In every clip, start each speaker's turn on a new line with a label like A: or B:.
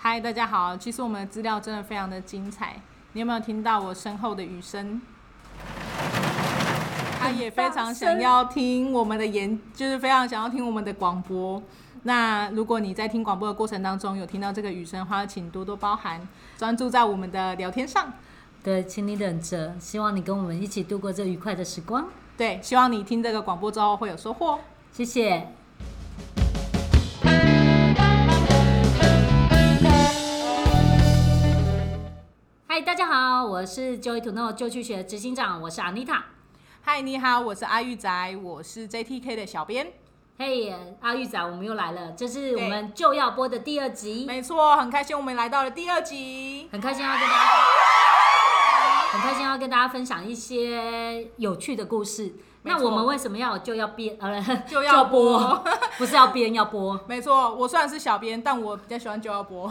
A: 嗨，大家好！其实我们的资料真的非常的精彩，你有没有听到我身后的雨声？他也非常想要听我们的演，就是非常想要听我们的广播。那如果你在听广播的过程当中有听到这个雨声的话，请多多包涵，专注在我们的聊天上。
B: 对，请你忍着，希望你跟我们一起度过这愉快的时光。
A: 对，希望你听这个广播之后会有收获。
B: 谢谢。嗨，大家好，我是 Joy To Know 就去学执行长，我是 Anita。
A: 嗨，你好，我是阿玉仔，我是 JTK 的小编。
B: 嘿、阿玉仔，我们又来了，这是我们就要播的第二集，
A: 没错，很开心我们来到了第二集。
B: 很开心要跟大家，很开心要跟大家分享一些有趣的故事。
A: 没
B: 那
A: 错
B: 我们为什么要就要编呃
A: 就要播
B: 播，不是要编要播，
A: 没错，我虽然是小编，但我比较喜欢就要播。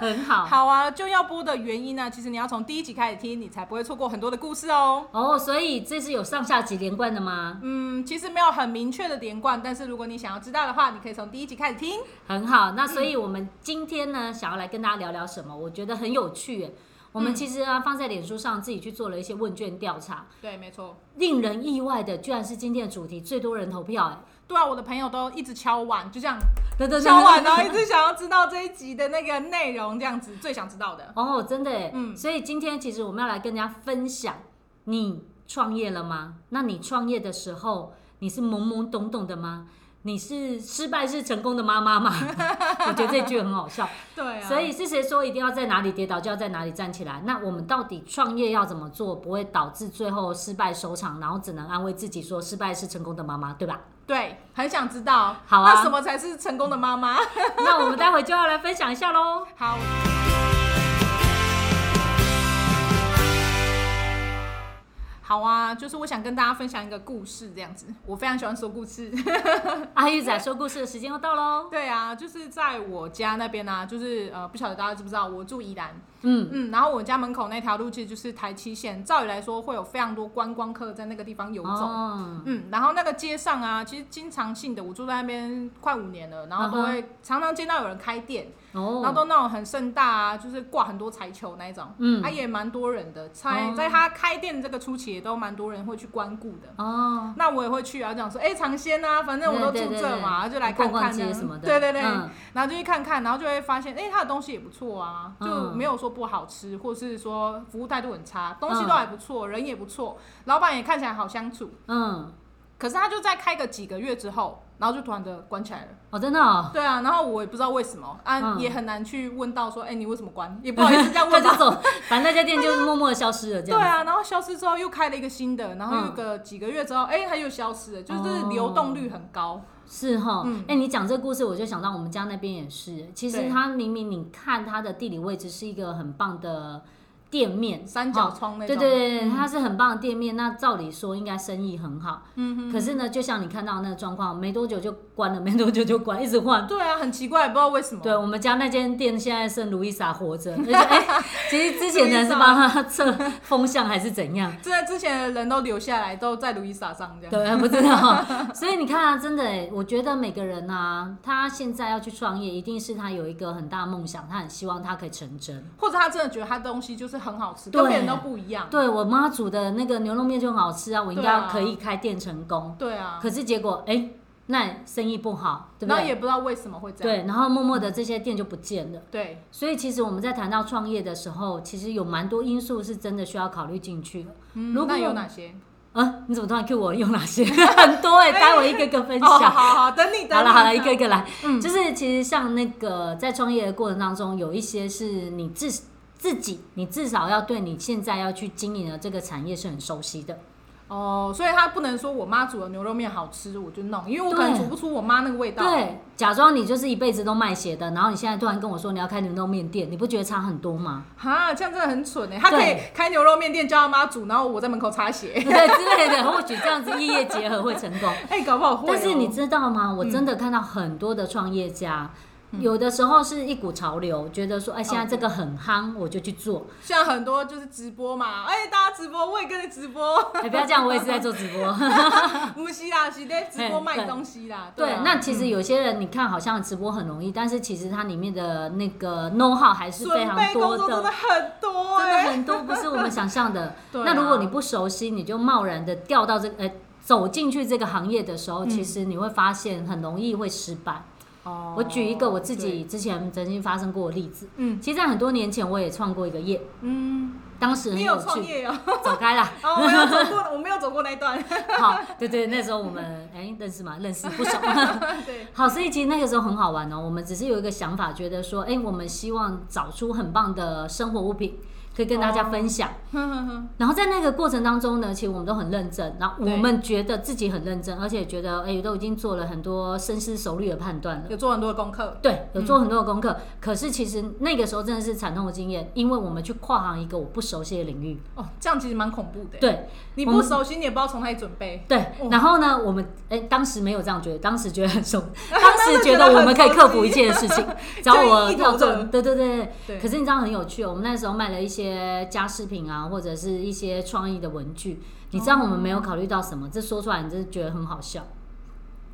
B: 很好。
A: 好啊，就要播的原因呢、其实你要从第一集开始听，你才不会错过很多的故事哦。
B: 哦，所以这是有上下集连贯的吗？
A: 嗯，其实没有很明确的连贯，但是如果你想要知道的话，你可以从第一集开始听。
B: 很好，那所以我们今天呢，想要来跟大家聊聊什么？我觉得很有趣耶。我们其实啊，放在脸书上自己去做了一些问卷调查，
A: 对，没错。
B: 令人意外的，居然是今天的主题最多人投票哎。
A: 对啊，我的朋友都一直敲碗，就这样
B: 等等
A: 敲碗，然后一直想要知道这一集的那个内容，这样子最想知道的。
B: 哦，真的哎。
A: 嗯
B: 所以今天其实我们要来跟大家分享，你创业了吗？那你创业的时候，你是懵懵懂懂的吗？你是失败是成功的妈妈吗？ 我觉得这句很好笑。
A: 对啊，
B: 所以是谁说一定要在哪里跌倒就要在哪里站起来？那我们到底创业要怎么做，不会导致最后失败收场，然后只能安慰自己说失败是成功的妈妈，对吧？
A: 对，很想知道。
B: 好啊
A: 那什么才是成功的妈妈？
B: 那我们待会就要来分享一下喽。
A: 好，好啊，就是我想跟大家分享一个故事，这样子，我非常喜欢说故事。
B: 阿玉仔说故事的时间又到喽。
A: 对啊，就是在我家那边啊，就是呃，不晓得大家知不知道，我住宜兰，
B: 嗯，
A: 嗯，然后我家门口那条路其实就是台七线，照理来说会有非常多观光客在那个地方游走。
B: 哦，
A: 嗯，然后那个街上啊，其实经常性的，我住在那边快五年了，然后
B: 嗯
A: 都会常常见到有人开店，然后
B: 哦，
A: 都那种很盛大啊，就是挂很多彩球那一种，
B: 嗯
A: 啊也蛮多人的，在
B: 哦
A: 在他开店这个初期也都蛮多人会去光顾的。
B: 哦，
A: 那我也会去啊，讲说，哎、尝鲜啊，反正我都
B: 对
A: 住
B: 对
A: 这嘛，
B: 对
A: 就来看
B: 逛
A: 看
B: 逛
A: 啊
B: 街什么的。
A: 对对对，
B: 嗯
A: 然后就去看看，然后就会发现，哎、他的东西也不错啊，就
B: 嗯
A: 没有说不好吃，或是说服务态度很差，东西都还不错，人也不错，老板也看起来好相处。
B: 嗯，
A: 可是他就在开个几个月之后，然后就突然的关起来了。
B: 哦，真的哦，
A: 对啊，然后我也不知道为什么啊，
B: 嗯
A: 也很难去问到说，哎、你为什么关？也不好意思这 样问
B: 他就
A: 吧。
B: 走，反正那家店就默默的消失了，这
A: 对
B: 样。
A: 啊，然后消失之后又开了一个新的，然后又
B: 嗯
A: 个几个月之后，哎、它又消失了，就是
B: 哦
A: 流动率很高。
B: 是哈，哎、
A: 嗯
B: 你讲这个故事，我就想到我们家那边也是。其
A: 对
B: 实它明明你看它的地理位置是一个很棒的店面，
A: 三角
B: 哈
A: 窗那
B: 对
A: 种。
B: 对对，它是很棒的店面。那照理说应该生意很好，
A: 嗯哼。
B: 可是呢，就像你看到那个状况，没多久就关了，没多久就关，一直换。
A: 对啊，很奇怪，不知道为什么。
B: 对我啊们家那间店现在剩卢伊莎活 着，而且哎、其实之前呢是帮他测风向还是 怎样，
A: 这在之前的人都留下来，都在路易莎上这样。
B: 对，不知道。所以你看啊，真的欸，我觉得每个人啊，他现在要去创业，一定是他有一个很大的梦想，他很希望他可以成真。
A: 或者他真的觉得他东西就是很好吃，
B: 对
A: 跟别人都不一样。
B: 对我妈煮的那个牛肉面就很好吃啊，我应
A: 对啊
B: 该可以开店成功。
A: 对啊，
B: 可是结果，哎、那生意不好，对不
A: 然后也
B: 对？
A: 不知道为什么会这样。
B: 对，然后默默的这些店就不见了。
A: 对
B: 所以其实我们在谈到创业的时候，其实有蛮多因素是真的需要考虑进去的。
A: 嗯，
B: 如果
A: 那有哪些？
B: 啊，你怎么突然 Q 我有哪些？ 很多哎、待我一个个分
A: 哦，
B: 享。
A: 好好，等你，等你
B: 好了好了，一个一个来。
A: 嗯
B: 就是其实像那个在创业的过程当中，有一些是你自自己，你至少要对你现在要去经营的这个产业是很熟悉的。
A: 哦，所以他不能说我妈煮的牛肉面好吃，我就弄，因为我可能
B: 对
A: 煮不出我妈那个味道。
B: 对，假装你就是一辈子都卖鞋的，然后你现在突然跟我说你要开牛肉面店，你不觉得差很多吗？
A: 哈，这样真的很蠢哎！他可以
B: 对
A: 开牛肉面店叫他妈煮，然后我在门口擦 鞋。
B: 对之类的，或许这样子业业结合会成功。
A: 哎，搞不好会哦。
B: 但是你知道吗？我
A: 嗯
B: 真的看到很多的创业家，有的时候是一股潮流，觉得说，哎，
A: 哦
B: 现在这个很夯，我就去 做。
A: 像很多就是直播嘛，哎、大家直播，我也跟着直 播，
B: 哎，不要这样，我也是在做直 播。啊
A: 无锡啦，是在直播
B: 嗯
A: 卖
B: 对
A: 东西啦。
B: 对
A: 啊，
B: 那其实有些人你看好像直播很容易，但是其实它里面的那个 know how 还是非
A: 准
B: 常
A: 备
B: 多
A: 工作真的很多
B: 真
A: 哎、
B: 的很多不是我们想象的。
A: 对啊
B: 那如果你不熟悉，你就贸然的掉到这个呃走进去这个行业的时候，
A: 嗯
B: 其实你会发现很容易会失败。
A: 哦
B: 我举一个我自己，之前曾经发生过的例子，
A: 嗯
B: 其实在很多年前我也创过一个业，
A: 嗯，
B: 当时很
A: 你有创
B: 趣，
A: 业哦？
B: 走开啦。
A: 哦，我有走过，我没有走过那一段。
B: 好，对对，那时候我们哎认识吗？认识不熟。
A: 对，
B: 好，所以其实那个时候很好玩哦。我们只是有一个想法，觉得说，哎，我们希望找出很棒的生活物品，可以跟大家
A: 哦
B: 分享。
A: 哼哼哼，
B: 然后在那个过程当中呢，其实我们都很认真，然后我们觉得自己很认真，而且觉得哎，都已经做了很多深思熟虑的判断了。
A: 有做很多的功课。
B: 对，有做很多的功课，可是其实那个时候真的是惨痛的经验，因为我们去跨行一个我不熟悉的领域。
A: 哦，这样其实蛮恐怖的。，欸
B: 对
A: 你
B: 我
A: 不
B: 们
A: 熟悉，你也不知道从哪里准备。
B: 对
A: 哦，
B: 然后呢，我们哎、当时没有这样觉得，当时觉得 很熟，当时觉得我们可以克服一切的事情，只要我
A: 就一头
B: 要做
A: 热，
B: 对对对。
A: 对，
B: 可是你知道很有趣哦，我们那时候卖了一些家饰品啊，或者是一些创意的文具。你知道我们没有考虑到什么？这说出来你真是觉得很好笑。
A: 哦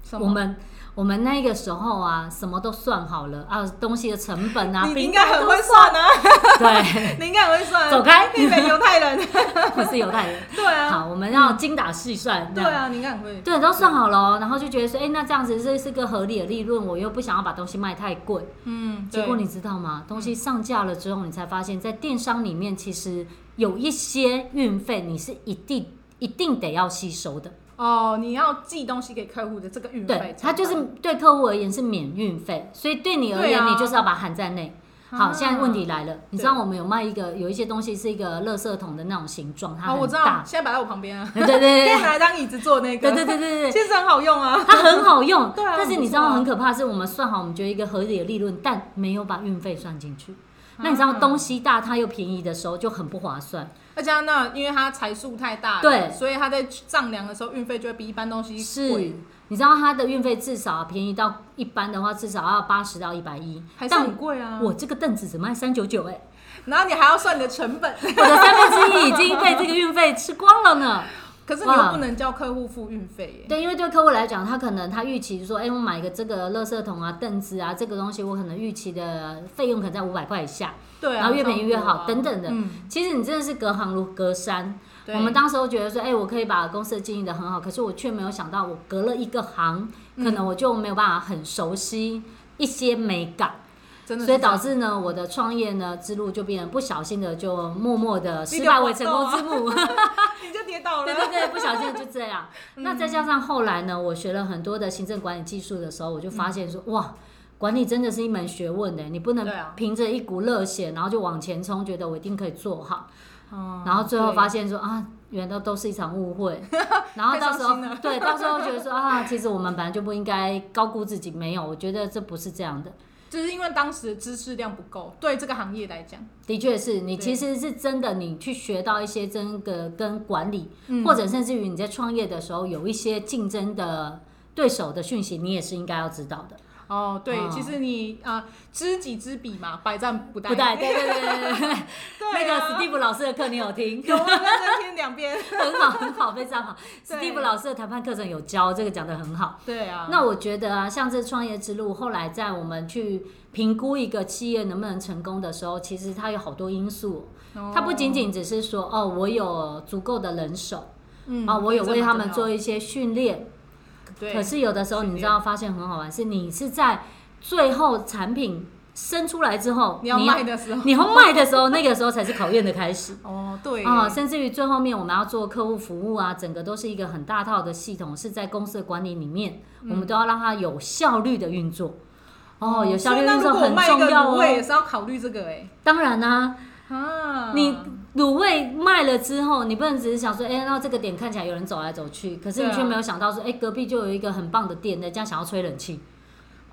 A: 什
B: 我
A: 么？
B: 们我们那个时候啊，什么都算好了啊，东西的成本啊，
A: 你
B: 饼
A: 应该
B: 干
A: 很
B: 都
A: 会算啊，
B: 对，
A: 你应该很会算。
B: 走开
A: 你没犹太人。
B: 我是犹太人。
A: 对啊，
B: 好，我们要精打细算。这
A: 对
B: 样
A: 啊，你应该很会。
B: 对，都算好了、哦，然后就觉得说，哎，那这样子这是个合理的利润，我又不想要把东西卖太贵。
A: 嗯，
B: 结
A: 对嗯
B: 果你知道吗？东西上架了之后，你才发现，在电商里面其实有一些运费你是一定一定得要吸收的。
A: 哦，你要寄东西给客户的这个运费
B: 对，
A: 才
B: 它
A: 好，
B: 就是对客户而言是免运费，所以对你而言，
A: 对啊
B: 你就是要把它含在内。好，
A: 啊
B: 现在问题来了，你知道我们有卖一个有一些东西是一个垃圾桶的那种形状，它
A: 哦，我
B: 很
A: 知道，
B: 大，
A: 现在摆在我旁边啊，
B: 对对
A: 可以
B: 对
A: 拿来当椅子坐那个。
B: 对对对对对对，
A: 其实很好用啊。
B: 它很好 用，
A: 对啊
B: 但是
A: 很不
B: 你知
A: 错
B: 道
A: 啊
B: 很可怕，是我们算好我们觉得一个合理的利润，但没有把运费算进去。那你知道
A: 啊
B: 东西大它又便宜的时候就很不划算，
A: 再加上那，因为它财数太大了，
B: 对
A: 所以它在丈量的时候运费就会比一般东西
B: 是
A: 贵，
B: 你知道它的运费至少便宜到一般的话至少要八十到一百一，
A: 还是
B: 但
A: 很贵啊。
B: 我这个凳子只卖三九九哎，
A: 然后你还要算你的成本，
B: 我的三分之一已经被这个运费吃光了 呢。
A: 可是你又不能叫客户付运费耶。
B: 对，因为对客户来讲，他可能他预期说，哎、我买一个这个垃圾桶啊、凳子啊，这个东西我可能预期的费用可能在五百块以下，
A: 对啊，
B: 然后越便宜越
A: 差不多
B: 好
A: 啊
B: 等等的
A: 嗯，
B: 其实你真的是隔行如隔山。
A: 对
B: 我们当时候觉得说，哎、我可以把公司经营的很好，可是我却没有想到，我隔了一个行，
A: 嗯
B: 可能我就没有办法很熟悉一些美感，
A: 真的是
B: 所以导致呢，我的创业呢之路就变得不小心的就默默的
A: 你
B: 失
A: 就
B: 败为
A: 不
B: 成
A: 够
B: 功
A: 啊
B: 之母。
A: 你就跌倒
B: 对
A: 了。
B: 对对，不小心就 这样。那
A: 嗯
B: 再加上后来呢，我学了很多的行政管理技术的时候，我就
A: 嗯
B: 发现说，哇，管理真的是一门学问呢。欸你不能
A: 对啊
B: 凭着一股热血，然后就往前冲，觉得我一定可以做好，
A: 哦
B: 然后最后
A: 对
B: 发现说啊。原来都是一场误 会，然后
A: 太
B: 到时候
A: 伤心了
B: 对，到时候觉得说啊，其实我们本来就不应该高估自己，没有，我觉得这不是这样的。
A: 就是因为当时的知识量不够，对这个行业来讲，
B: 的确是你
A: 对
B: 其实是真的，你去学到一些真的跟管理，
A: 嗯
B: 或者甚至于你在创业的时候有一些竞争的对手的讯息，你也是应该要知道的。
A: 哦，对，
B: 哦
A: 其实你啊、呃知己知彼嘛，百战不殆。
B: 不对，对对对对对对，
A: 对
B: 那个
A: 啊，
B: 史蒂夫老师的课你 有听？
A: 有啊，那天两边。
B: 很好，很好，非常好。
A: 对
B: 史蒂夫老师的谈判课程有教，这个讲的很好。
A: 对啊，
B: 那我觉得啊，像这创业之路，后来在我们去评估一个企业能不能成功的时候，其实它有好多因素哦，
A: 哦
B: 它不仅仅只是说哦，我有足够的人手，
A: 嗯
B: 啊，我有为他们，
A: 这
B: 做
A: 个
B: 一些训练，
A: 对
B: 可是有的时候
A: 训
B: 你知
A: 练
B: 道，发现很好玩，是你是在最后产品生出来之后，
A: 你要卖的时候，
B: 你要卖的时候，那个时候才是考验的开始
A: 哦， 对
B: 啊，甚至于最后面我们要做客户服务啊，整个都是一个很大套的系统，是在公司的管理里面，
A: 嗯
B: 我们都要让它有效率的运作。哦，有效率运作很重要
A: 我也
B: 哦。
A: 是要考虑这个哎、
B: 当然啦、
A: 啊，
B: 你卤味卖了之后，你不能只是想说，哎、那这个点看起来有人走来走去，可是你
A: 对啊
B: 却没有想到说，哎、隔壁就有一个很棒的店，人家想要吹冷气，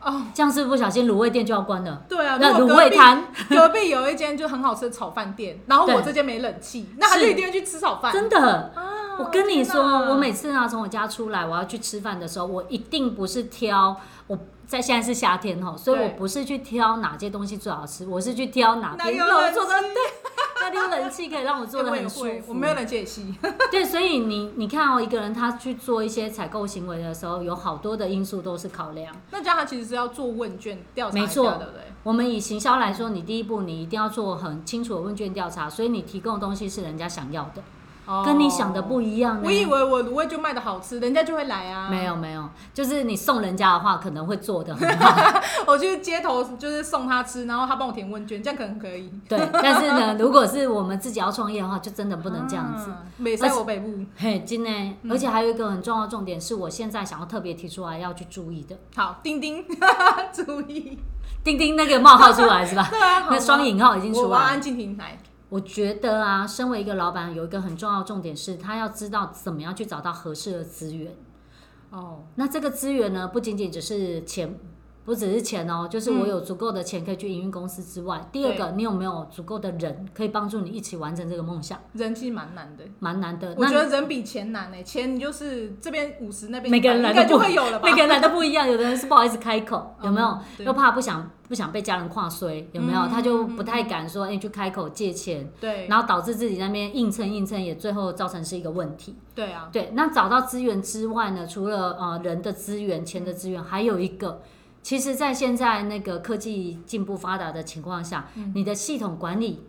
A: 哦，
B: 这样是不是不小心卤味店就要关了。
A: 对啊，
B: 那
A: 如果
B: 卤
A: 隔
B: 味
A: 壁
B: 摊
A: 隔壁有一间就很好吃的炒饭店，然后我
B: 对
A: 这间没冷气，那他
B: 是
A: 就一定要去吃炒饭，啊
B: 真的，我跟你
A: 天哪
B: 说，我每次啊从我家出来，我要去吃饭的时候，我一定不是挑我在现在是夏天吼，所以
A: 对
B: 我不是去挑哪些东西最好吃，我是去挑哪
A: 哪
B: 边
A: 有
B: 肉
A: 冷
B: 做的
A: 气哎
B: 对，那边冷气可以让我 做的
A: 我也
B: 很舒
A: 会，我
B: 服。
A: 没有人解析。
B: 对，所以你你看哦，一个人他去做一些采购行为的时候，有好多的因素都是考量。
A: 那这样他其实是要做问卷调查一
B: 没
A: 下，
B: 错
A: 对不对？
B: 我们以行销来说，你第一步你一定要做很清楚的问卷调查，所以你提供的东西是人家想要的，
A: 哦
B: 跟你想的不一样呢。欸
A: 我以为我卤味就卖的好吃，人家就会来啊。
B: 没有，没有，就是你送人家的话，可能会做的很好。
A: 我去街头就是送他吃，然后他帮我填问卷，这样可能可以。
B: 对，但是呢，如果是我们自己要创业的话，就真的不能这样子。
A: 啊，嗯美塞我北部。
B: 嘿，真的，而且还有一个很重要的重点，是我现在想要特别提出来要去注意的。
A: 好，丁丁， 注意。
B: 钉钉那个冒号出来 是吧？
A: 对啊，好
B: 那双引号已经
A: 我
B: 出
A: 我要
B: 来
A: 安
B: 了。
A: 静停台。
B: 我觉得啊，身为一个老板，有一个很重要的重点是，他要知道怎么样去找到合适的资源。
A: 哦，
B: 那这个资源呢，不仅仅只是钱，不只是钱哦，就是
A: 嗯
B: 我有足够的钱可以去营运公司之外，第二个，你有没有足够的人可以帮助你一起完成这个梦想？
A: 人其实蛮难的。
B: 蛮难的。
A: 我
B: 呃那
A: 觉得人比钱难呢、欸钱你就是这边五十，那边
B: 每个人
A: 100
B: 来
A: 应该
B: 的
A: 就
B: 不
A: 会有了吧？
B: 每个人来都不一样，有的人是不好意思开口，有没有
A: 嗯？对
B: 又怕不想不想被家人跨衰，有没有？
A: 嗯
B: 他就不太敢说，哎、去开口借钱，
A: 对
B: 然后导致自己在那边硬撑硬撑，也最后造成是一个问题。
A: 对啊，
B: 对，那找到资源之外呢，除了呃人的资源、钱的资源，还有一个，其实，在现在那个科技进步发达的情况下，你的系统管理，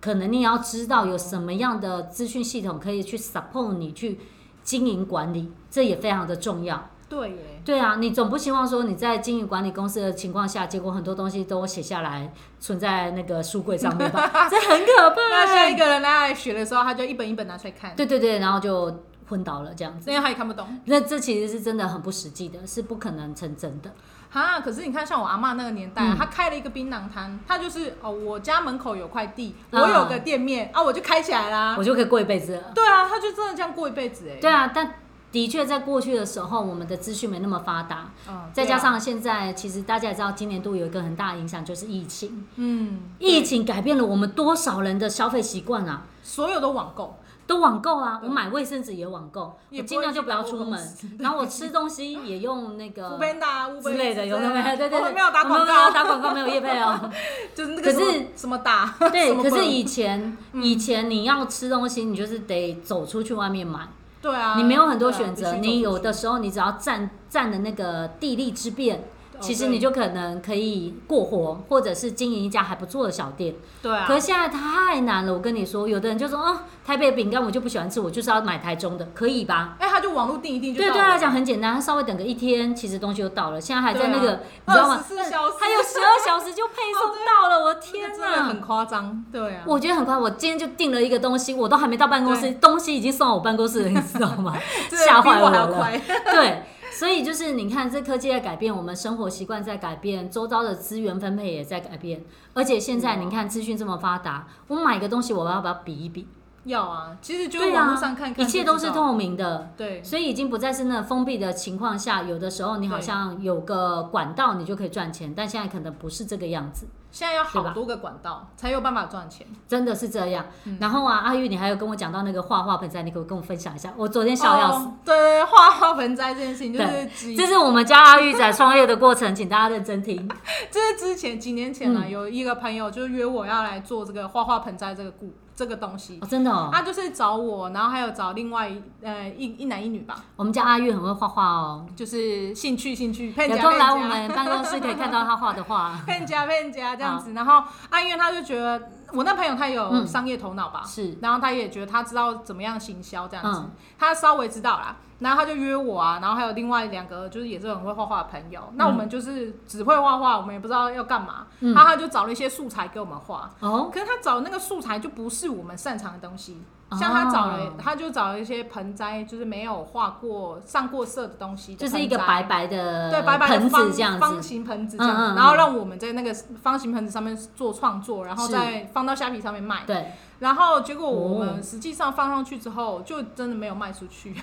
B: 可能你也要知道有什么样的资讯系统可以去 support 你去经营管理，这也非常的重要。
A: 对耶，
B: 对啊，你总不希望说你在经营管理公司的情况下，结果很多东西都写下来存在那个书柜上面吧，这很可怕、
A: 那下一个人来学的时候，他就一本一本拿出来看，
B: 对对对，然后就昏倒了这样子。
A: 那样他也看不懂
B: 那这其实是真的很不实际的，是不可能成真的。
A: 哈。可是你看，像我阿嬷那个年代啊、
B: 嗯
A: 她开了一个槟榔摊，她就是哦，我家门口有块地，我
B: 嗯
A: 有个店面啊，我就开起来啦
B: 我。就可以过一辈子了。
A: 对啊，她就真的这样过一辈子哎。
B: 对啊，但的确在过去的时候，我们的资讯没那么发达，
A: 嗯，
B: 再
A: 对啊
B: 加上现在其实大家也知道，今年度有一个很大的影响就是疫情，
A: 嗯，
B: 疫情改变了我们多少人的消费习惯啊。
A: 所有的网购，
B: 都网购啊，
A: 对
B: 我买卫生纸也网购，
A: 也
B: 我
A: 不会
B: 尽量就不要
A: 去百货
B: 出
A: 公
B: 门
A: 司。
B: 然后我吃东西也用 那
A: u
B: 个
A: b e r u
B: 嗯之类的，有的没有？对
A: 我
B: 对对，
A: 们没有打
B: 我
A: 广
B: 们没有
A: 告，
B: 打广告，没有业配哦。
A: 就是那个
B: 可
A: 什么
B: 是
A: 什么打， 什
B: 对，
A: 么嗯
B: 可是
A: 本
B: 以前以前你要吃东西，你就是得走出去外面买，
A: 对啊，
B: 你没有很多
A: 对啊
B: 选择，
A: 必须
B: 你
A: 走出
B: 有
A: 去
B: 的时候你只要占占了那个地利之便，
A: 哦
B: 其实
A: 对
B: 你就可能可以过活，或者是经营一家还不错的小店。
A: 对啊，
B: 可是现在太难了，我跟你说，有的人就说，哦，台北饼干我就不喜欢吃，我就是要买台中的，可以吧？
A: 哎，他就网络订一订就
B: 对
A: 到
B: 对他
A: 了
B: 来讲很简单，他稍微等个一天，其实东西就到了。现在还在那
A: 对
B: 个，
A: 啊
B: 你知道吗？
A: 24小时哦啊
B: 还有十二小时就配送到了，我
A: 这个
B: 天
A: 真的
B: 哪！
A: 很夸张，对啊，？
B: 我觉得很快，我今天就订了一个东西，我都还没到办公室，东西已经送到我办公室了，你知道吗
A: 这
B: 吓
A: 比
B: 坏
A: 我还要
B: 了。
A: 快，
B: 对，所以就是你看，这科技在改变，我们生活习惯在改变，周遭的资源分配也在改变，而且现
A: 啊
B: 在你看资讯这么发达，我买个东西，我要不要比一比？
A: 要啊，其实就
B: 对
A: 网
B: 啊
A: 络上看，看，
B: 一切都是，透明的。
A: 对
B: 所以已经不再是那封闭的情况下，有的时候你好
A: 对
B: 像有个管道，你就可以赚钱，但现在可能不是这个样子。
A: 现在要
B: 对
A: 好
B: 吧
A: 多个管道才有办法赚钱，
B: 真的是这样。
A: 嗯
B: 然后啊，阿玉，你还有跟我讲到那个画画盆栽，你可不可以跟我分享一下？我昨天笑要死。
A: 哦，对对对，画画盆栽这件事情就是
B: 对
A: 几
B: 这是我们家阿玉在创业的过程，请大家认真听。
A: 这是之前几年前呢、啊
B: 嗯
A: 有一个朋友就约我要来做这个画画盆栽这个故这个东西
B: 哦，，真的哦，
A: 他啊就是找我，然后还有找另外一呃一一男一女吧，
B: 我们家阿玉很会画画哦，
A: 就是兴趣兴趣，有
B: 有空来我们办公室可以看到他画的画。
A: 骗家骗家这样子，然后啊，因为他就觉得我那朋友他有
B: 嗯
A: 商业头脑吧，
B: 是，
A: 然后他也觉得他知道怎么样行销这样子，
B: 嗯
A: 他稍微知道啦。然后他就约我啊，然后还有另外两个就是也是很会画画的朋友，那我们就是只会画画，我们也不知道要干嘛，
B: 嗯
A: 然后他就找了一些素材给我们画。
B: 哦，
A: 可是他找那个素材就不是我们擅长的东西，
B: 哦
A: 像他找了，他就找了一些盆栽，就是没有画过、上过色的东西的
B: 就
A: 盆栽，
B: 是一个白白的
A: 对，白白的
B: 盆
A: 方
B: 子这样
A: 方
B: 子。
A: 形盆子这样子，
B: 嗯嗯嗯
A: 然后让我们在那个方形盆子上面做创作，然后
B: 是
A: 再放到虾皮上面卖。
B: 对，
A: 然后结果我们
B: 哦
A: 实际上放上去之后，就真的没有卖出 去。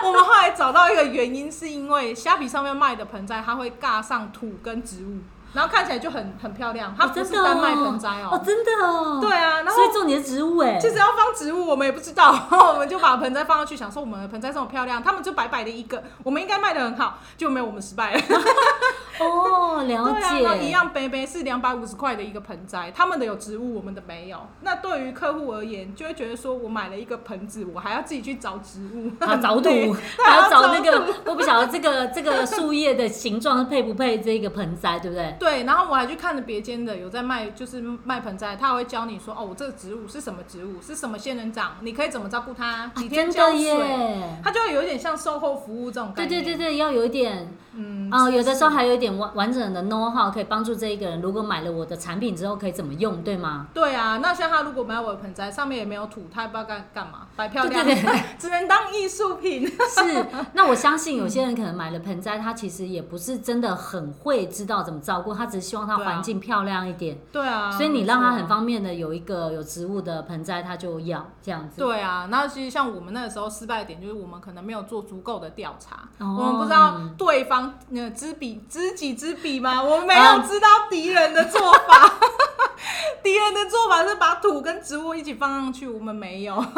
A: 我们后来找到一个原因，是因为虾皮上面卖的盆栽，它会尬上土跟植物，然后看起来就很很漂亮，它
B: 哦
A: 不
B: 真
A: 是
B: 的哦
A: 丹麦盆栽哦。
B: 哦，真的哦，
A: 对，啊，然后
B: 所以种你的植物哎，
A: 其实要放植物，我们也不知道， 然后我们就把盆栽放上去，想说我们的盆栽这么漂亮，他们就白白的一个，我们应该卖的很好，就没有我们失败了。
B: 哦，了
A: 对啊，
B: 解，
A: 那一样杯杯是两百五十块的一个盆栽，他们的有植物，我们的没有。那对于客户而言，就会觉得说我买了一个盆子，我还要自己去找植物，
B: 啊，找土
A: 对，
B: 还要找那
A: 还要
B: 个， 我不晓得这个这个树叶的形状配不配这个盆栽，对不 对？
A: 对，然后我还去看了别间的，有在卖，就是卖盆栽，他还会教你说，哦，我这个植物是什么植物，是什么仙人掌，你可以怎么照顾它，几天
B: 啊真
A: 浇
B: 的
A: 水，
B: 耶，
A: 它就会有点像售后服务这种
B: 对
A: 概
B: 对
A: 念。
B: 对
A: 对，
B: 对，要有一点
A: 嗯，
B: 啊、有的时候还有一点完完整的 know how 可以帮助这一个人，如果买了我的产品之后可以怎么用，对吗？
A: 对啊，那像他如果买我的盆栽，上面也没有土，他也不知道干干嘛，摆漂
B: 对
A: 亮，
B: 对对，
A: 只能当艺术品。
B: 是。那我相信有些人可能买了盆栽，他其实也不是真的很会知道怎么照顾，他只是希望它
A: 对啊
B: 环境漂亮一点。
A: 对啊，
B: 所以你
A: 没
B: 让他
A: 错
B: 很方便的有一个有植物的盆栽，他就要这样子。
A: 对啊，那其实像我们那个时候失败的点，就是我们可能没有做足够的调查，
B: 哦
A: 我们不知道对方呃知彼知己知彼吗？我们没有
B: 啊
A: 知道敌人的做法， 敌人的做法是把土跟植物一起放上去，我们没 有。
B: 哦，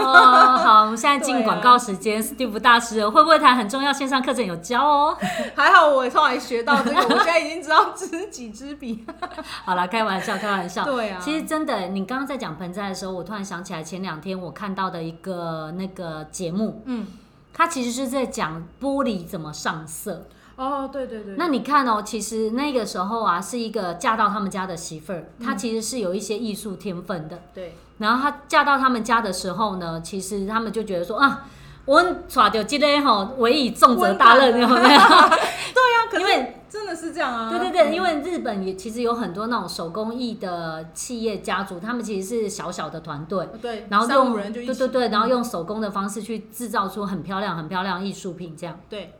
B: 好，我们现在进
A: 对啊
B: 广告时间、s t e v e 大师了会不会谈很重要线上课程有教哦？
A: 还好我后来学到这个，我现在已经知道知己知彼。
B: 好啦，开玩笑，开玩笑。
A: 对啊，
B: 其实真的，你刚刚在讲盆栽的时候，我突然想起来前两天我看到的一个那个节目，
A: 嗯，
B: 它其实是在讲玻璃怎么上色。
A: 哦，对对对，
B: 那你看哦，其实那个时候啊，是一个嫁到他们家的媳妇儿，她其实是有一些艺术天分的。
A: 对
B: 然后她嫁到他们家的时候呢，其实他们就觉得说啊，我娶到这个吼，委以重责大任，有没有？
A: 对啊，可是
B: 因为
A: 真的是这样啊，
B: 对对对，因为日本也其实有很多那种手工艺的企业家族，他们其实是小小的团队，
A: 对，
B: 然后
A: 三
B: 用
A: 五人就一
B: 对
A: 起，
B: 对对，然后用手工的方式去制造出很漂亮、很漂亮的艺术品这样。
A: 对，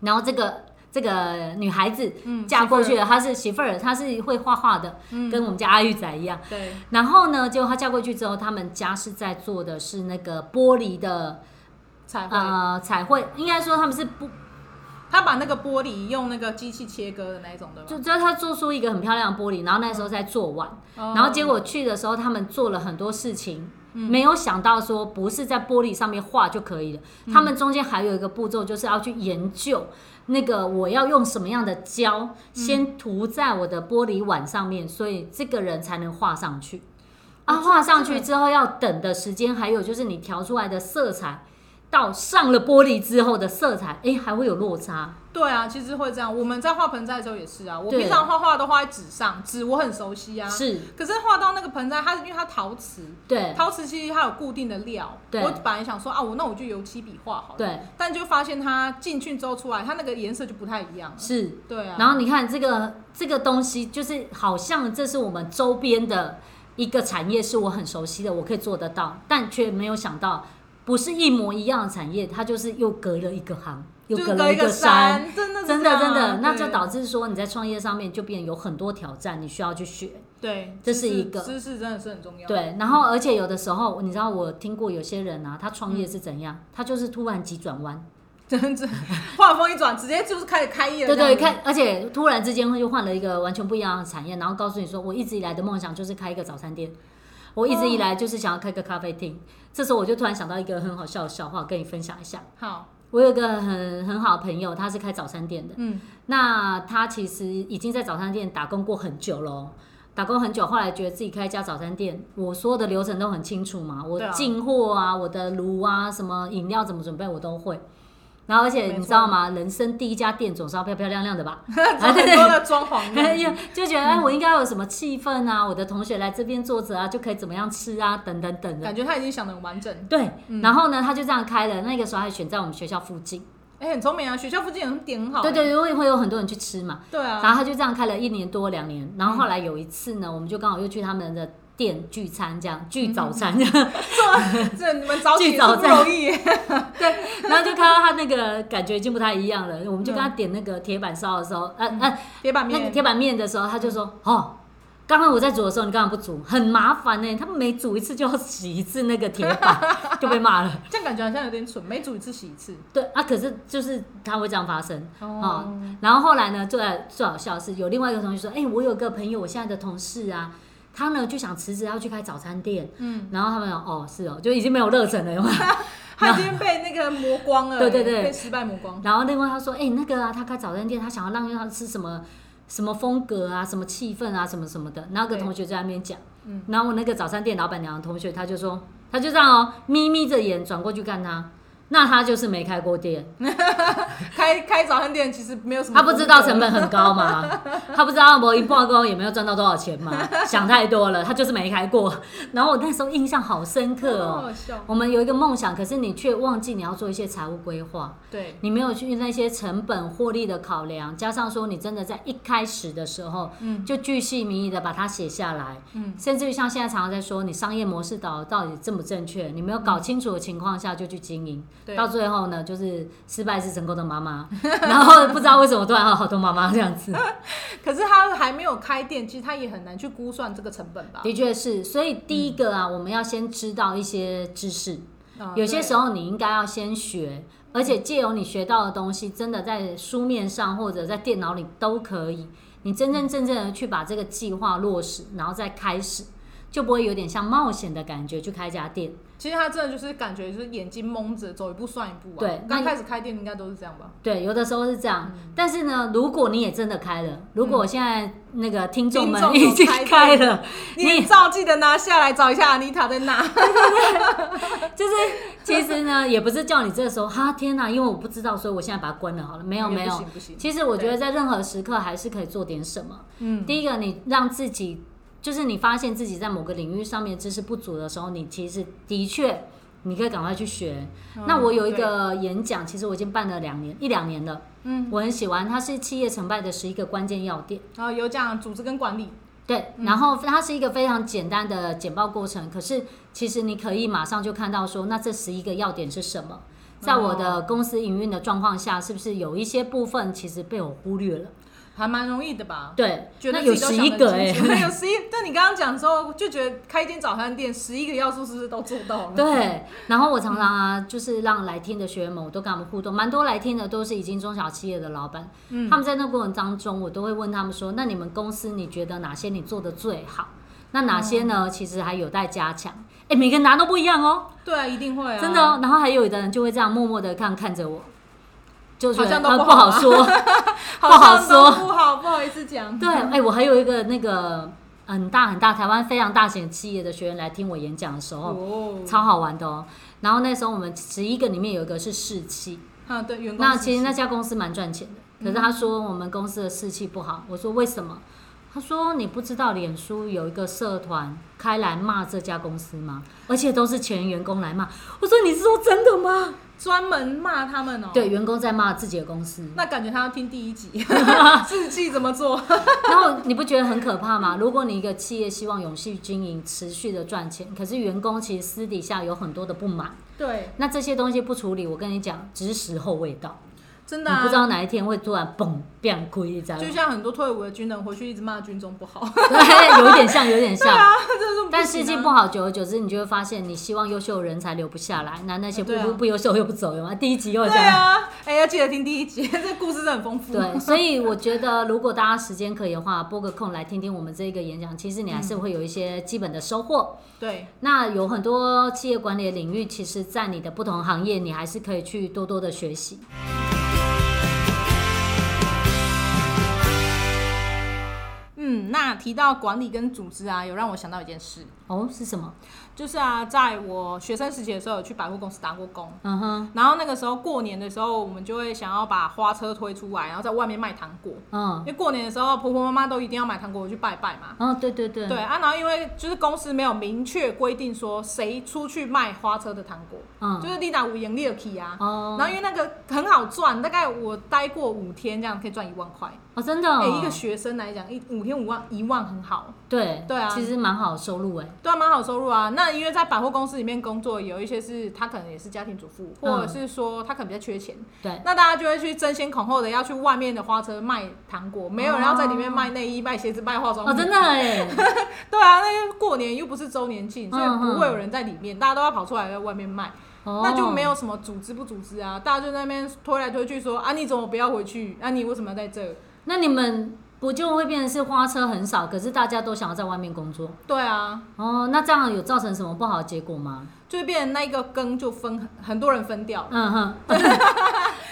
B: 然后这个这个女孩子
A: 嗯，
B: 嫁过去
A: 媳妇
B: 了，她是媳妇儿，她是会画画的，
A: 嗯
B: 跟我们家阿玉仔一样。
A: 儿，对，
B: 然后呢，结果她嫁过去之后，他们家是在做的是那个玻璃的
A: 才会。
B: 呃彩绘，应该说他们是不
A: 他把那个玻璃用那个机器切割的那一种，对吧？
B: 就就她做出一个很漂亮的玻璃，然后那时候在做碗。
A: 哦
B: 然后结果去的时候，他们做了很多事情，没有想到说不是在玻璃上面画就可以了，他们中间还有一个步骤，就是要去研究那个我要用什么样的胶，
A: 嗯
B: 先涂在我的玻璃碗上面，所以这个人才能画上去。啊，
A: 哦这
B: 画上
A: 这
B: 去
A: 个
B: 之后要等的时间，还有就是你调出来的色彩，到上了玻璃之后的色彩，哎，还会有落差。
A: 对啊，其实会这样。我们在画盆栽的时候也是啊，我
B: 对
A: 平常画画都画在纸上，纸我很熟悉啊。
B: 是，
A: 可是画到那个盆栽，它因为它陶瓷，
B: 对，
A: 陶瓷其实它有固定的料。
B: 对
A: 我本来想说啊，我那我就油漆笔画好了。。
B: 对，
A: 但就发现它进去之后出来，它那个颜色就不太一样了。
B: 是。
A: 对啊。
B: 然后你看这个这个东西，就是好像这是我们周边的一个产业，是我很熟悉的，我可以做得到，但却没有想到不是一模一样的产业，它就是又隔了一个行，又
A: 就
B: 隔
A: 隔
B: 了
A: 一个
B: 山。，
A: 真的是
B: 真
A: 这
B: 的
A: 样啊
B: 真的，那就
A: 对
B: 导致说你在创业上面就变得有很多挑战，你需要去学。
A: 对，
B: 这
A: 知
B: 是一
A: 识
B: 个
A: 知识真的是很重要。
B: 对，然后而且有的时候，你知道我听过有些人啊，他创
A: 嗯
B: 业是怎样，他就是突然急转弯，
A: 真的画风一转，直接就是开始开业了
B: 对
A: 这
B: 对，
A: 样子。
B: 看，而且突然之间会就换了一个完全不一样的产业，然后告诉你说，我一直以来的梦想就是开一个早餐店，我一直
A: 哦
B: 以来就是想要开个咖啡厅。这时候我就突然想到一个很好笑的笑话，跟你分享一下。
A: 好，
B: 我有一个很很好的朋友，他是开早餐店的，
A: 嗯，
B: 那他其实已经在早餐店打工过很久了哦。打工很久，后来觉得自己开一家早餐店，我所有的流程都很清楚嘛，我
A: 对啊
B: 进货啊，我的炉啊，什么饮料怎么准备我都会。然后，而
A: 没
B: 且
A: 错
B: 你知道吗？人生第一家店总是要漂漂亮亮的吧？
A: 很多的装潢这样子，
B: 就就觉得哎，我应该有什么气氛啊？我的同学来这边坐着啊，就可以怎么样吃啊，等等等的。
A: 感觉他已经想的很完整。
B: 对，
A: 嗯
B: 然后呢，他就这样开了。那个时候还选在我们学校附近，
A: 哎、很聪明啊，学校附近有点很好、欸
B: 对对，因为会有很多人去吃嘛。
A: 对啊，
B: 然后他就这样开了一年多两年。然后后来有一次呢，我们就刚好又去他们的店聚餐，这样聚早餐，
A: 这你们早起
B: 聚
A: 也
B: 早
A: 是不
B: 餐
A: 容易。
B: 然后就看到他那个感觉已经不太一样了。我们就跟他点那个铁板烧的时候，呃呃，
A: 铁板
B: 那个
A: 面，
B: 铁板面的时候，他就说：“哦，刚刚我在煮的时候，你干嘛不煮？很麻烦呢、他们每煮一次就要洗一次那个铁板， 就被骂了。
A: 这样感觉好像有点蠢，每煮一次洗一次。
B: 对啊，可是就是它会这样发生。哦，然后后来呢，最最好笑的是，有另外一个同学说：“哎、我有个朋友，我现在的同事啊，他呢就想辞职，要去开早餐店。”
A: 嗯，
B: 然后他们讲：“哦，是哦，就已经没有热忱了。有没有
A: 他已经被那个磨光了，欸
B: 对对对
A: 被失败磨光”。
B: 然后另外他说：“哎、那个啊，他开早餐店，他想要让他吃什么什么风格啊，什么气氛啊，什么什么的。”然后有个
A: 对
B: 同学在那边讲，
A: 嗯，
B: 然后我那个早餐店老板娘的同学，他就说，他就这样哦，眯眯着眼转过去看他，那他就是没开过店。
A: 开开早餐店其实没有什么，
B: 他不知道成本很高吗？他不知道某一报工也没有赚到多少钱吗？想太多了，他就是没开过。然后我那时候印象好深刻
A: 好
B: 哦。
A: 好笑。
B: 我们有一个梦想，可是你却忘记你要做一些财务规划，
A: 对，
B: 你没有去那些成本获利的考量，加上说你真的在一开始的时候
A: 嗯
B: 就巨细靡遗的把它写下来，
A: 嗯，
B: 甚至于像现在常常在说你商业模式导到底正不正确，你没有搞清楚的情况下就去经营，
A: 对，
B: 到最后呢，就是失败是成功的妈妈， 然后不知道为什么突然有好多妈妈这 样子，
A: 可是他还没有开店，其实他也很难去估算这个成本吧。
B: 的确是。所以第一个啊，我们要先知道一些知识，
A: 嗯
B: 有些时
A: 候，
B: 候你应该要先学，而且借由你学到的东西，真的在书面上或者在电脑里都可以，你真真正正的去把这个计划落实，然后再开始，就不会有点像冒险的感觉去开一家店。
A: 其实他真的就是感觉就是眼睛蒙着，走一步算一步啊。
B: 对那
A: 刚
B: 你
A: 开始开店应该都是这样 吧？
B: 对，有的时候是这样。
A: 嗯
B: 但是呢，如果你也真的开了，如果现在那个听众
A: 听众
B: 们
A: 有
B: 已经
A: 开
B: 开
A: 店
B: 了，
A: 你照记得拿下来，找一下 Anita 在哪。
B: 就是其实呢，也不是叫你这时候哈天哪，因为我不知道，所以我现在把它关了好了。没有
A: 也
B: 没
A: 不
B: 有
A: 行，不行。
B: 其实我觉得在任何时刻还是可以做点什么。
A: 嗯，
B: 第一个，你让自己就是你发现自己在某个领域上面知识不足的时候，你其实的确你可以赶快去学。
A: 嗯
B: 那我有一个演讲，其实我已经办了两年一两年了，
A: 嗯，
B: 我很喜欢，它是企业成败的十一个关键要点。
A: 然后有讲组织跟管理，
B: 对，
A: 嗯
B: 然后它是一个非常简单的简报过程，可是其实你可以马上就看到说，那这十一个要点是什
A: 哦
B: 么？在我的公司营运的状况下，是不是有一些部分其实被我忽略了？
A: 还蛮容易的吧？
B: 对，
A: 哦觉
B: 那
A: 得
B: 有
A: 自己都
B: 十
A: 想
B: 一个哎、
A: 得 清楚有十一。但你刚刚讲的时候，就觉得开一间早餐店，十一个要素是不是都做到了？
B: 对，然后我常常啊，就是让来听的学员们，我都跟他们互动，蛮多来听的都是已经中小企业的老板，
A: 嗯
B: 他们在那过程当中，我都会问他们说，那你们公司你觉得哪些你做的最好？那哪些
A: 哦
B: 呢？其实还有待加强。哎，每个人拿都不一样哦，
A: 对啊，一定会啊，
B: 真的、哦。然后还有的人就会这样默默的看看着我，就觉
A: 好
B: 得
A: 像都
B: 呃
A: 不
B: 不
A: 好
B: 好
A: 啊
B: 说。
A: 好
B: 不好
A: 像都
B: 说
A: 不好不好意思讲。
B: 对，哎、我还有一个那个很大很大台湾非常大型企业的学员来听我演讲的时候，
A: 哦，
B: 超好玩的哦。然后那时候我们十一个里面有一个是士气，
A: 啊，对，员工
B: 那
A: 实
B: 其实
A: 习
B: 那家公司蛮赚钱的，
A: 嗯
B: 可是他说我们公司的士气不好，我说为什么？他说你不知道脸书有一个社团开来骂这家公司吗？而且都是前员工来骂。我说你是说真的吗？
A: 专门骂他们哦。
B: 对，，员工在骂自己的公司，
A: 那感觉他要听第一 集，士气怎么做？
B: 然后你不觉得很可怕吗？如果你一个企业希望永续经营、持续的赚钱，可是员工其实私底下有很多的不满，
A: 对，
B: 那这些东西不处理，我跟你讲，只是时候未到。
A: 真
B: 你
A: 的啊
B: 不知道哪一天会突然嘣变亏，这样
A: 就像很多退伍的军人回去一直骂军中不好，
B: 对， 有一点像，有一点像。
A: 这种不行啊
B: 啊但士气不好，久而久之，你就会发现，你希望优秀的人才留不下来，那那些不、
A: 对啊
B: 不优秀又不走了嘛。第一集又这
A: 对
B: 样。
A: 啊，哎、要记得听第一集，这故事是很丰富。
B: 对，所以我觉得，如果大家时间可以的话，拨个空来听听我们这个演讲，其实你
A: 嗯
B: 还是会有一些基本的收获。
A: 对
B: 那有很多企业管理的领域，其实在你的不同行业，你还是可以去多多的学习。
A: 嗯，那提到管理跟组织啊，有让我想到一件事，
B: 哦，是什么？
A: 就是啊，在我学生时期的时候，有去百货公司打过工。
B: 嗯哼，
A: 然后那个时候过年的时候，我们就会想要把花车推出来，然后在外面卖糖果。因
B: 嗯，
A: 为过年的时候，婆婆妈妈都一定要买糖果去拜拜嘛。
B: 哦，对对对，
A: 对啊，然后因为就是公司没有明确规定说谁出去卖花车的糖果，
B: 嗯
A: 就，是丽达五盈利的 key 啊。
B: 哦
A: 然，后因为那个很好赚，大概我待过五天，这样可以赚一万块。
B: 哦，真的、
A: 哎、
B: 哦，
A: 一个学生来讲，一五天五万一万很好。
B: 对
A: 对啊
B: 其实蛮好的收入哎、
A: 对啊，蛮好收入啊。那因为在百货公司里面工作，有一些是他可能也是家庭主妇，
B: 嗯
A: 或者是说他可能比较缺钱，
B: 对，
A: 那大家就会去争先恐后的要去外面的花车卖糖果，没有人要在里面卖内衣、卖鞋子、卖化妆
B: 哦，
A: 品。
B: 真的哎，
A: 对啊，那个过年又不是周年庆，所以
B: 嗯嗯
A: 不会有人在里面，大家都要跑出来在外面卖，
B: 哦
A: 那就没有什么组织不组织啊，大家就在那边推来推去说啊，你怎么不要回去？啊，你为什么要在这？
B: 那你们不就会变成是花车很少，可是大家都想要在外面工作？
A: 对啊，
B: 哦，那这样有造成什么不好的结果吗？
A: 就变成那一个羹就分很很多人分掉了。
B: 嗯哼，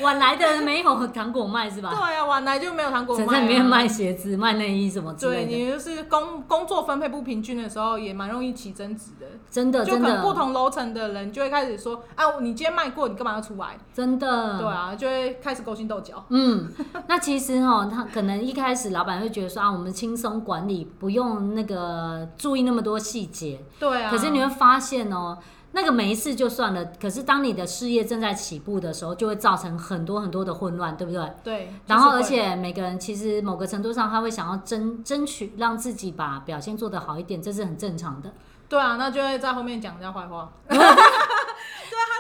B: 晚来的没有糖果卖是吧？
A: 对啊，晚来就没有糖果
B: 只
A: 卖、啊，
B: 在里面卖鞋子、卖内衣什么之
A: 对
B: 类的。
A: 你就是工工作分配不平均的时候，也蛮容易起争执的。
B: 真的，
A: 就
B: 真
A: 可能不
B: 的，
A: 同楼层的人就会开始说啊，你今天卖过，你干嘛要出来？
B: 真的，
A: 对啊，就会开始勾心斗角。
B: 嗯， 那其实哈、他可能一开始老板会觉得说啊，我们轻松管理，不用那个注意那么多细节。
A: 对啊，
B: 可是你会发现哦，那个没事就算了，可是当你的事业正在起步的时候，就会造成很多很多的混乱，对不对？
A: 对，
B: 然
A: 就
B: 后，
A: 是会
B: 而且每个人其实某个程度上，他会想要争争取让自己把表现做得好一点，这是很正常的。
A: 对啊，那就会在后面讲人家坏话。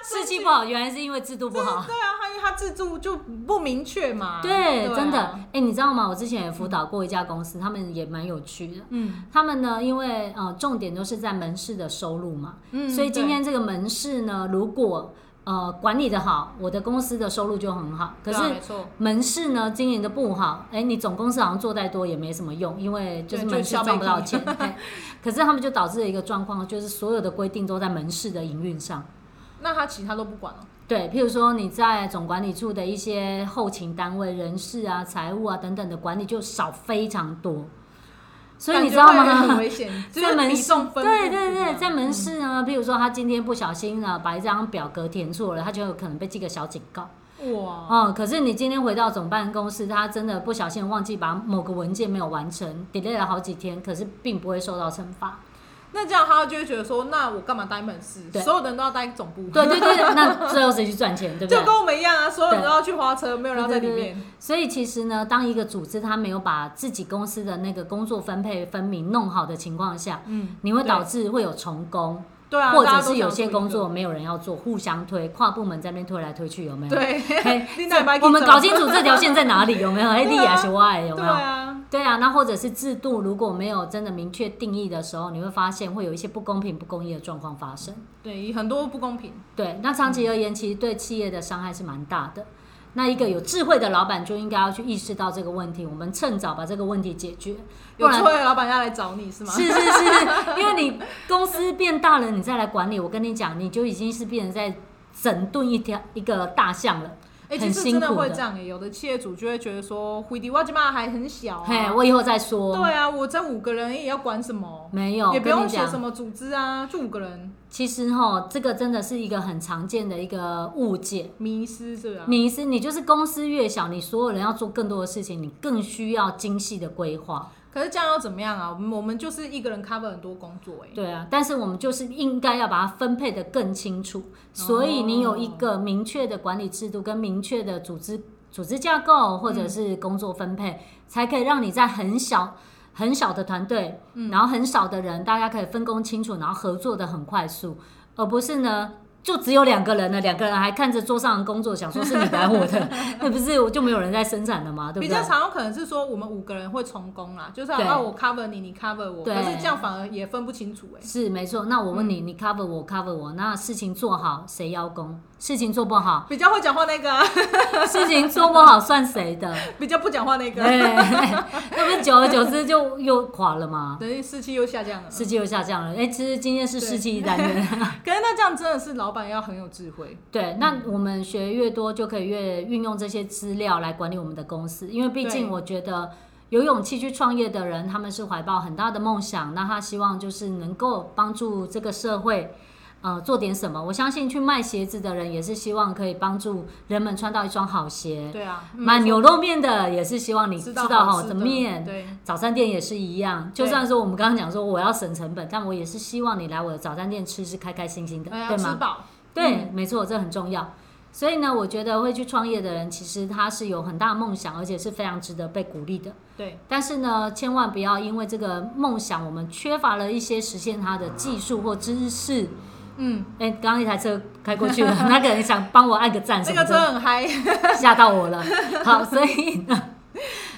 B: 士气不好，原来是因为制度不好。
A: 对啊，他因为他自助就不明确嘛。
B: 对，
A: 啊
B: 真的。哎、你知道吗？我之前也辅导过一家公司，他们也蛮有趣的。
A: 嗯
B: 他们呢，因为呃，重点都是在门市的收入嘛，
A: 嗯，
B: 所以今
A: 对
B: 天这个门市呢，如果呃管理的好，我的公司的收入就很好。可
A: 对啊
B: 是
A: 没错，
B: 门市呢经营的不好，哎，你总公司好像做再多也没什么用，因为就是
A: 对
B: 门
A: 就
B: 市
A: 消费
B: 赚不到钱。 哎嘿可是他们就导致了一个状况，就是所有的规定都在门市的营运上。
A: 那他其他都不管了。
B: 对，譬如说你在总管理处的一些后勤单位、人事啊、财务啊等等的管理就少非常多，所以你知道
A: 感觉会很
B: 吗？
A: 危 险，就
B: 在
A: 是
B: 门
A: 比
B: 市
A: 重分
B: 对
A: 布
B: 对
A: 不
B: 对，
A: 一
B: 在
A: 样嗯
B: 门市呢，譬如说他今天不小心呢把一张表格填错了，他就有可能被记个小警告。
A: 哇，
B: 哦，可是你今天回到总办公室，他真的不小心忘记把某个文件没有完成，delay 了好几天，可是并不会受到惩罚。
A: 那这样他就会觉得说，那我干嘛待门市？
B: 对
A: 所有的人都要待总部。
B: 对对对，那最后谁去赚钱，对不
A: 就
B: 对
A: 跟？我们一样啊，所有人都要去花车，没有人要在里
B: 对对
A: 面。
B: 所以其实呢，当一个组织他没有把自己公司的那个工作分配分明弄好的情况下，
A: 嗯，
B: 你会导致会有重工，
A: 对啊，
B: 或
A: 大
B: 者
A: 家都
B: 是有
A: 想
B: 些
A: 做一
B: 工
A: 个
B: 作没有人要做，互相推，跨部门在那边推来推去，有没有？
A: 对，
B: 嘿。
A: 你哪摆去
B: 我们
A: 找
B: 搞清楚这条线在哪 里，有没有？哎，你
A: 对啊
B: 也是我的有
A: 对
B: 没有？
A: 啊，
B: 对啊，那或者是制度如果没有真的明确定义的时候，你会发现会有一些不公平、不公义的状况发生。
A: 对，很多不公平。
B: 对，那长
A: 嗯
B: 期而言，其实对企业的伤害是蛮大的。那一个有智慧的老板就应该要去意识到这个问题，我们趁早把这个问题解决，不
A: 有
B: 然
A: 机会老板要来找你是吗？
B: 是是是，因为你公司变大了，你再来管理，我跟你讲，你就已经是变成在整顿一条一个大象了。
A: 哎、
B: 很
A: 其实
B: 辛
A: 真的
B: 苦
A: 会
B: 的
A: 这样、欸，有的企业主就会觉得说，回迪我今嘛还很小、啊，
B: 嘿，我以后再说。
A: 对啊，我这五个人也要管什么，
B: 没有，
A: 也不
B: 跟你
A: 用写
B: 讲
A: 什么组织啊，就五个人，
B: 其实哈，这个真的是一个很常见的一个误解。
A: 迷失是吧？
B: 你是你就是公司越小，你所有人要做更多的事情，你更需要精细的规划。
A: 可是这样要怎么样啊？我们我们就是一个人 cover 很多工作、欸，哎，
B: 对啊，但是我们就是应该要把它分配的更清
A: 哦
B: 楚。所以你有一个明确的管理制度跟明确的组织组织架构，或者是工作分配，才可以让你在很小。很小的团队，
A: 嗯
B: 然后很少的人，大家可以分工清楚，然后合作的很快速，而不是呢，就只有两个人呢，两个人还看着桌上的工作，想说是你来我的， 那不是我就没有人在生产了吗？对不
A: 比
B: 对
A: 较？常有可能是说我们五个人会重工啦，就是
B: 对
A: 啊我 cover 你，你 cover 我，
B: 对
A: 可是这样反而也分不清楚、欸，哎，
B: 是没错。那我问
A: 嗯
B: 你，你 cover 我 cover 我，那事情做好谁邀功？事情做不好，
A: 比较会讲话那个、啊，
B: 事情做不好算谁 的？
A: 比较不讲话那个，
B: 对，那不是久而久之就又垮了吗？
A: 等于士气又下降了。
B: 士气又下降了。哎、其实今天是士气单元。
A: 可是那这样真的是老板要很有智慧，
B: 对，那我们学越多，就可以越运用这些资料来管理我们的公司，因为毕竟
A: 对
B: 我觉得。有勇气去创业的人，他们是怀抱很大的梦想，那他希望就是能够帮助这个社会，呃，做点什么。我相信去卖鞋子的人也是希望可以帮助人们穿到一双好鞋，
A: 对啊，嗯
B: 卖牛肉面的也是希望你
A: 吃
B: 知
A: 到
B: 道好
A: 吃
B: 的
A: 的
B: 面，
A: 对，
B: 早餐店也是一样，就
A: 对
B: 算说我们刚刚讲说我要省成本，但我也是希望你来我的早餐店吃是开开心心的，
A: 哎呀
B: 对
A: 吃
B: 吗？
A: 饱，
B: 对，没错，这很重要。所以呢，我觉得会去创业的人，其实他是有很大的梦想，而且是非常值得被鼓励的。
A: 对，
B: 但是呢，千万不要因为这个梦想，我们缺乏了一些实现它的技术或知识。
A: 嗯，
B: 哎、刚刚一台车开过去了，那个人想帮我按个赞什
A: 这
B: 么
A: 个
B: 的，
A: 车很嗨，
B: 吓到我 了。好，所以呢，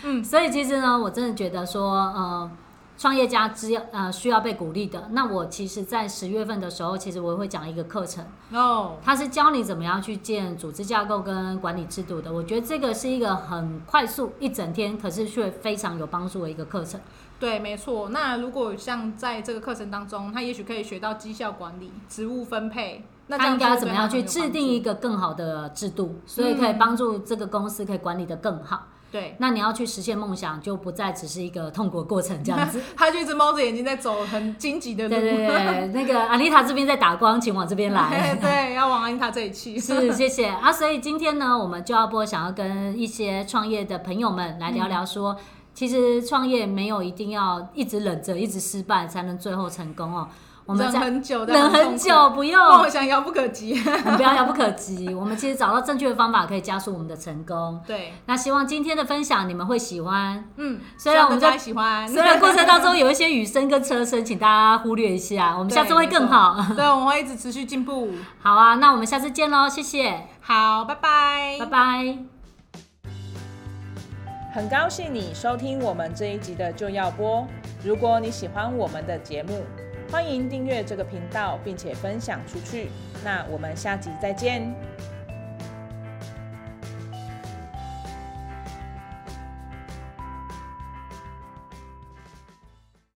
B: 嗯，所以其实呢，我真的觉得说，呃，创业家只要呃需要被鼓励的。那我其实，在十月份的时候，其实我会讲一个课程，
A: 哦，
B: 它是教你怎么样去建组织架构跟管理制度的。我觉得这个是一个很快速一整天，可是却非常有帮助的一个课程。
A: 对，没错。那如果像在这个课程当中，他也许可以学到绩效管理、职务分配，那这
B: 他
A: 样
B: 应该要
A: 就
B: 怎
A: 会对
B: 么
A: 他很
B: 样去
A: 有
B: 制
A: 帮
B: 定
A: 助嗯
B: 一个更好的制度，所以可以帮助这个公司可以管理的更好。
A: 对，
B: 那你要去实现梦想，就不再只是一个痛苦的过程这样子。
A: 他就一直猫着眼睛在走很荆棘的
B: 对
A: 路，
B: 对 对，那个阿丽塔这边在打光，请往这边 来。
A: 对，要往安塔这里去。
B: 是，谢谢啊。所以今天呢，我们就要播想要跟一些创业的朋友们来聊聊说。其实创业没有一定要一直忍着，一直失败才能最后成功哦。我们
A: 忍
B: 在
A: 很久，
B: 忍 很，久，哦不用
A: 梦想遥不可及。
B: 我们不要遥不可及。我们其实找到正确的方法，可以加速我们的成功。
A: 对，
B: 那希望今天的分享你们会喜欢。
A: 嗯，
B: 虽然我们
A: 希望大
B: 在
A: 家喜欢，
B: 虽然过程当中有一些雨声跟车声，请大家忽略一下，我们下次会更好。
A: 对，我们会一直持续进步。
B: 好啊，那我们下次见喽，谢谢，
A: 好，拜拜
B: 拜拜。
A: 很高兴你收听我们这一集的就要播。如果你喜欢我们的节目，欢迎订阅这个频道，并且分享出去。那我们下集再见。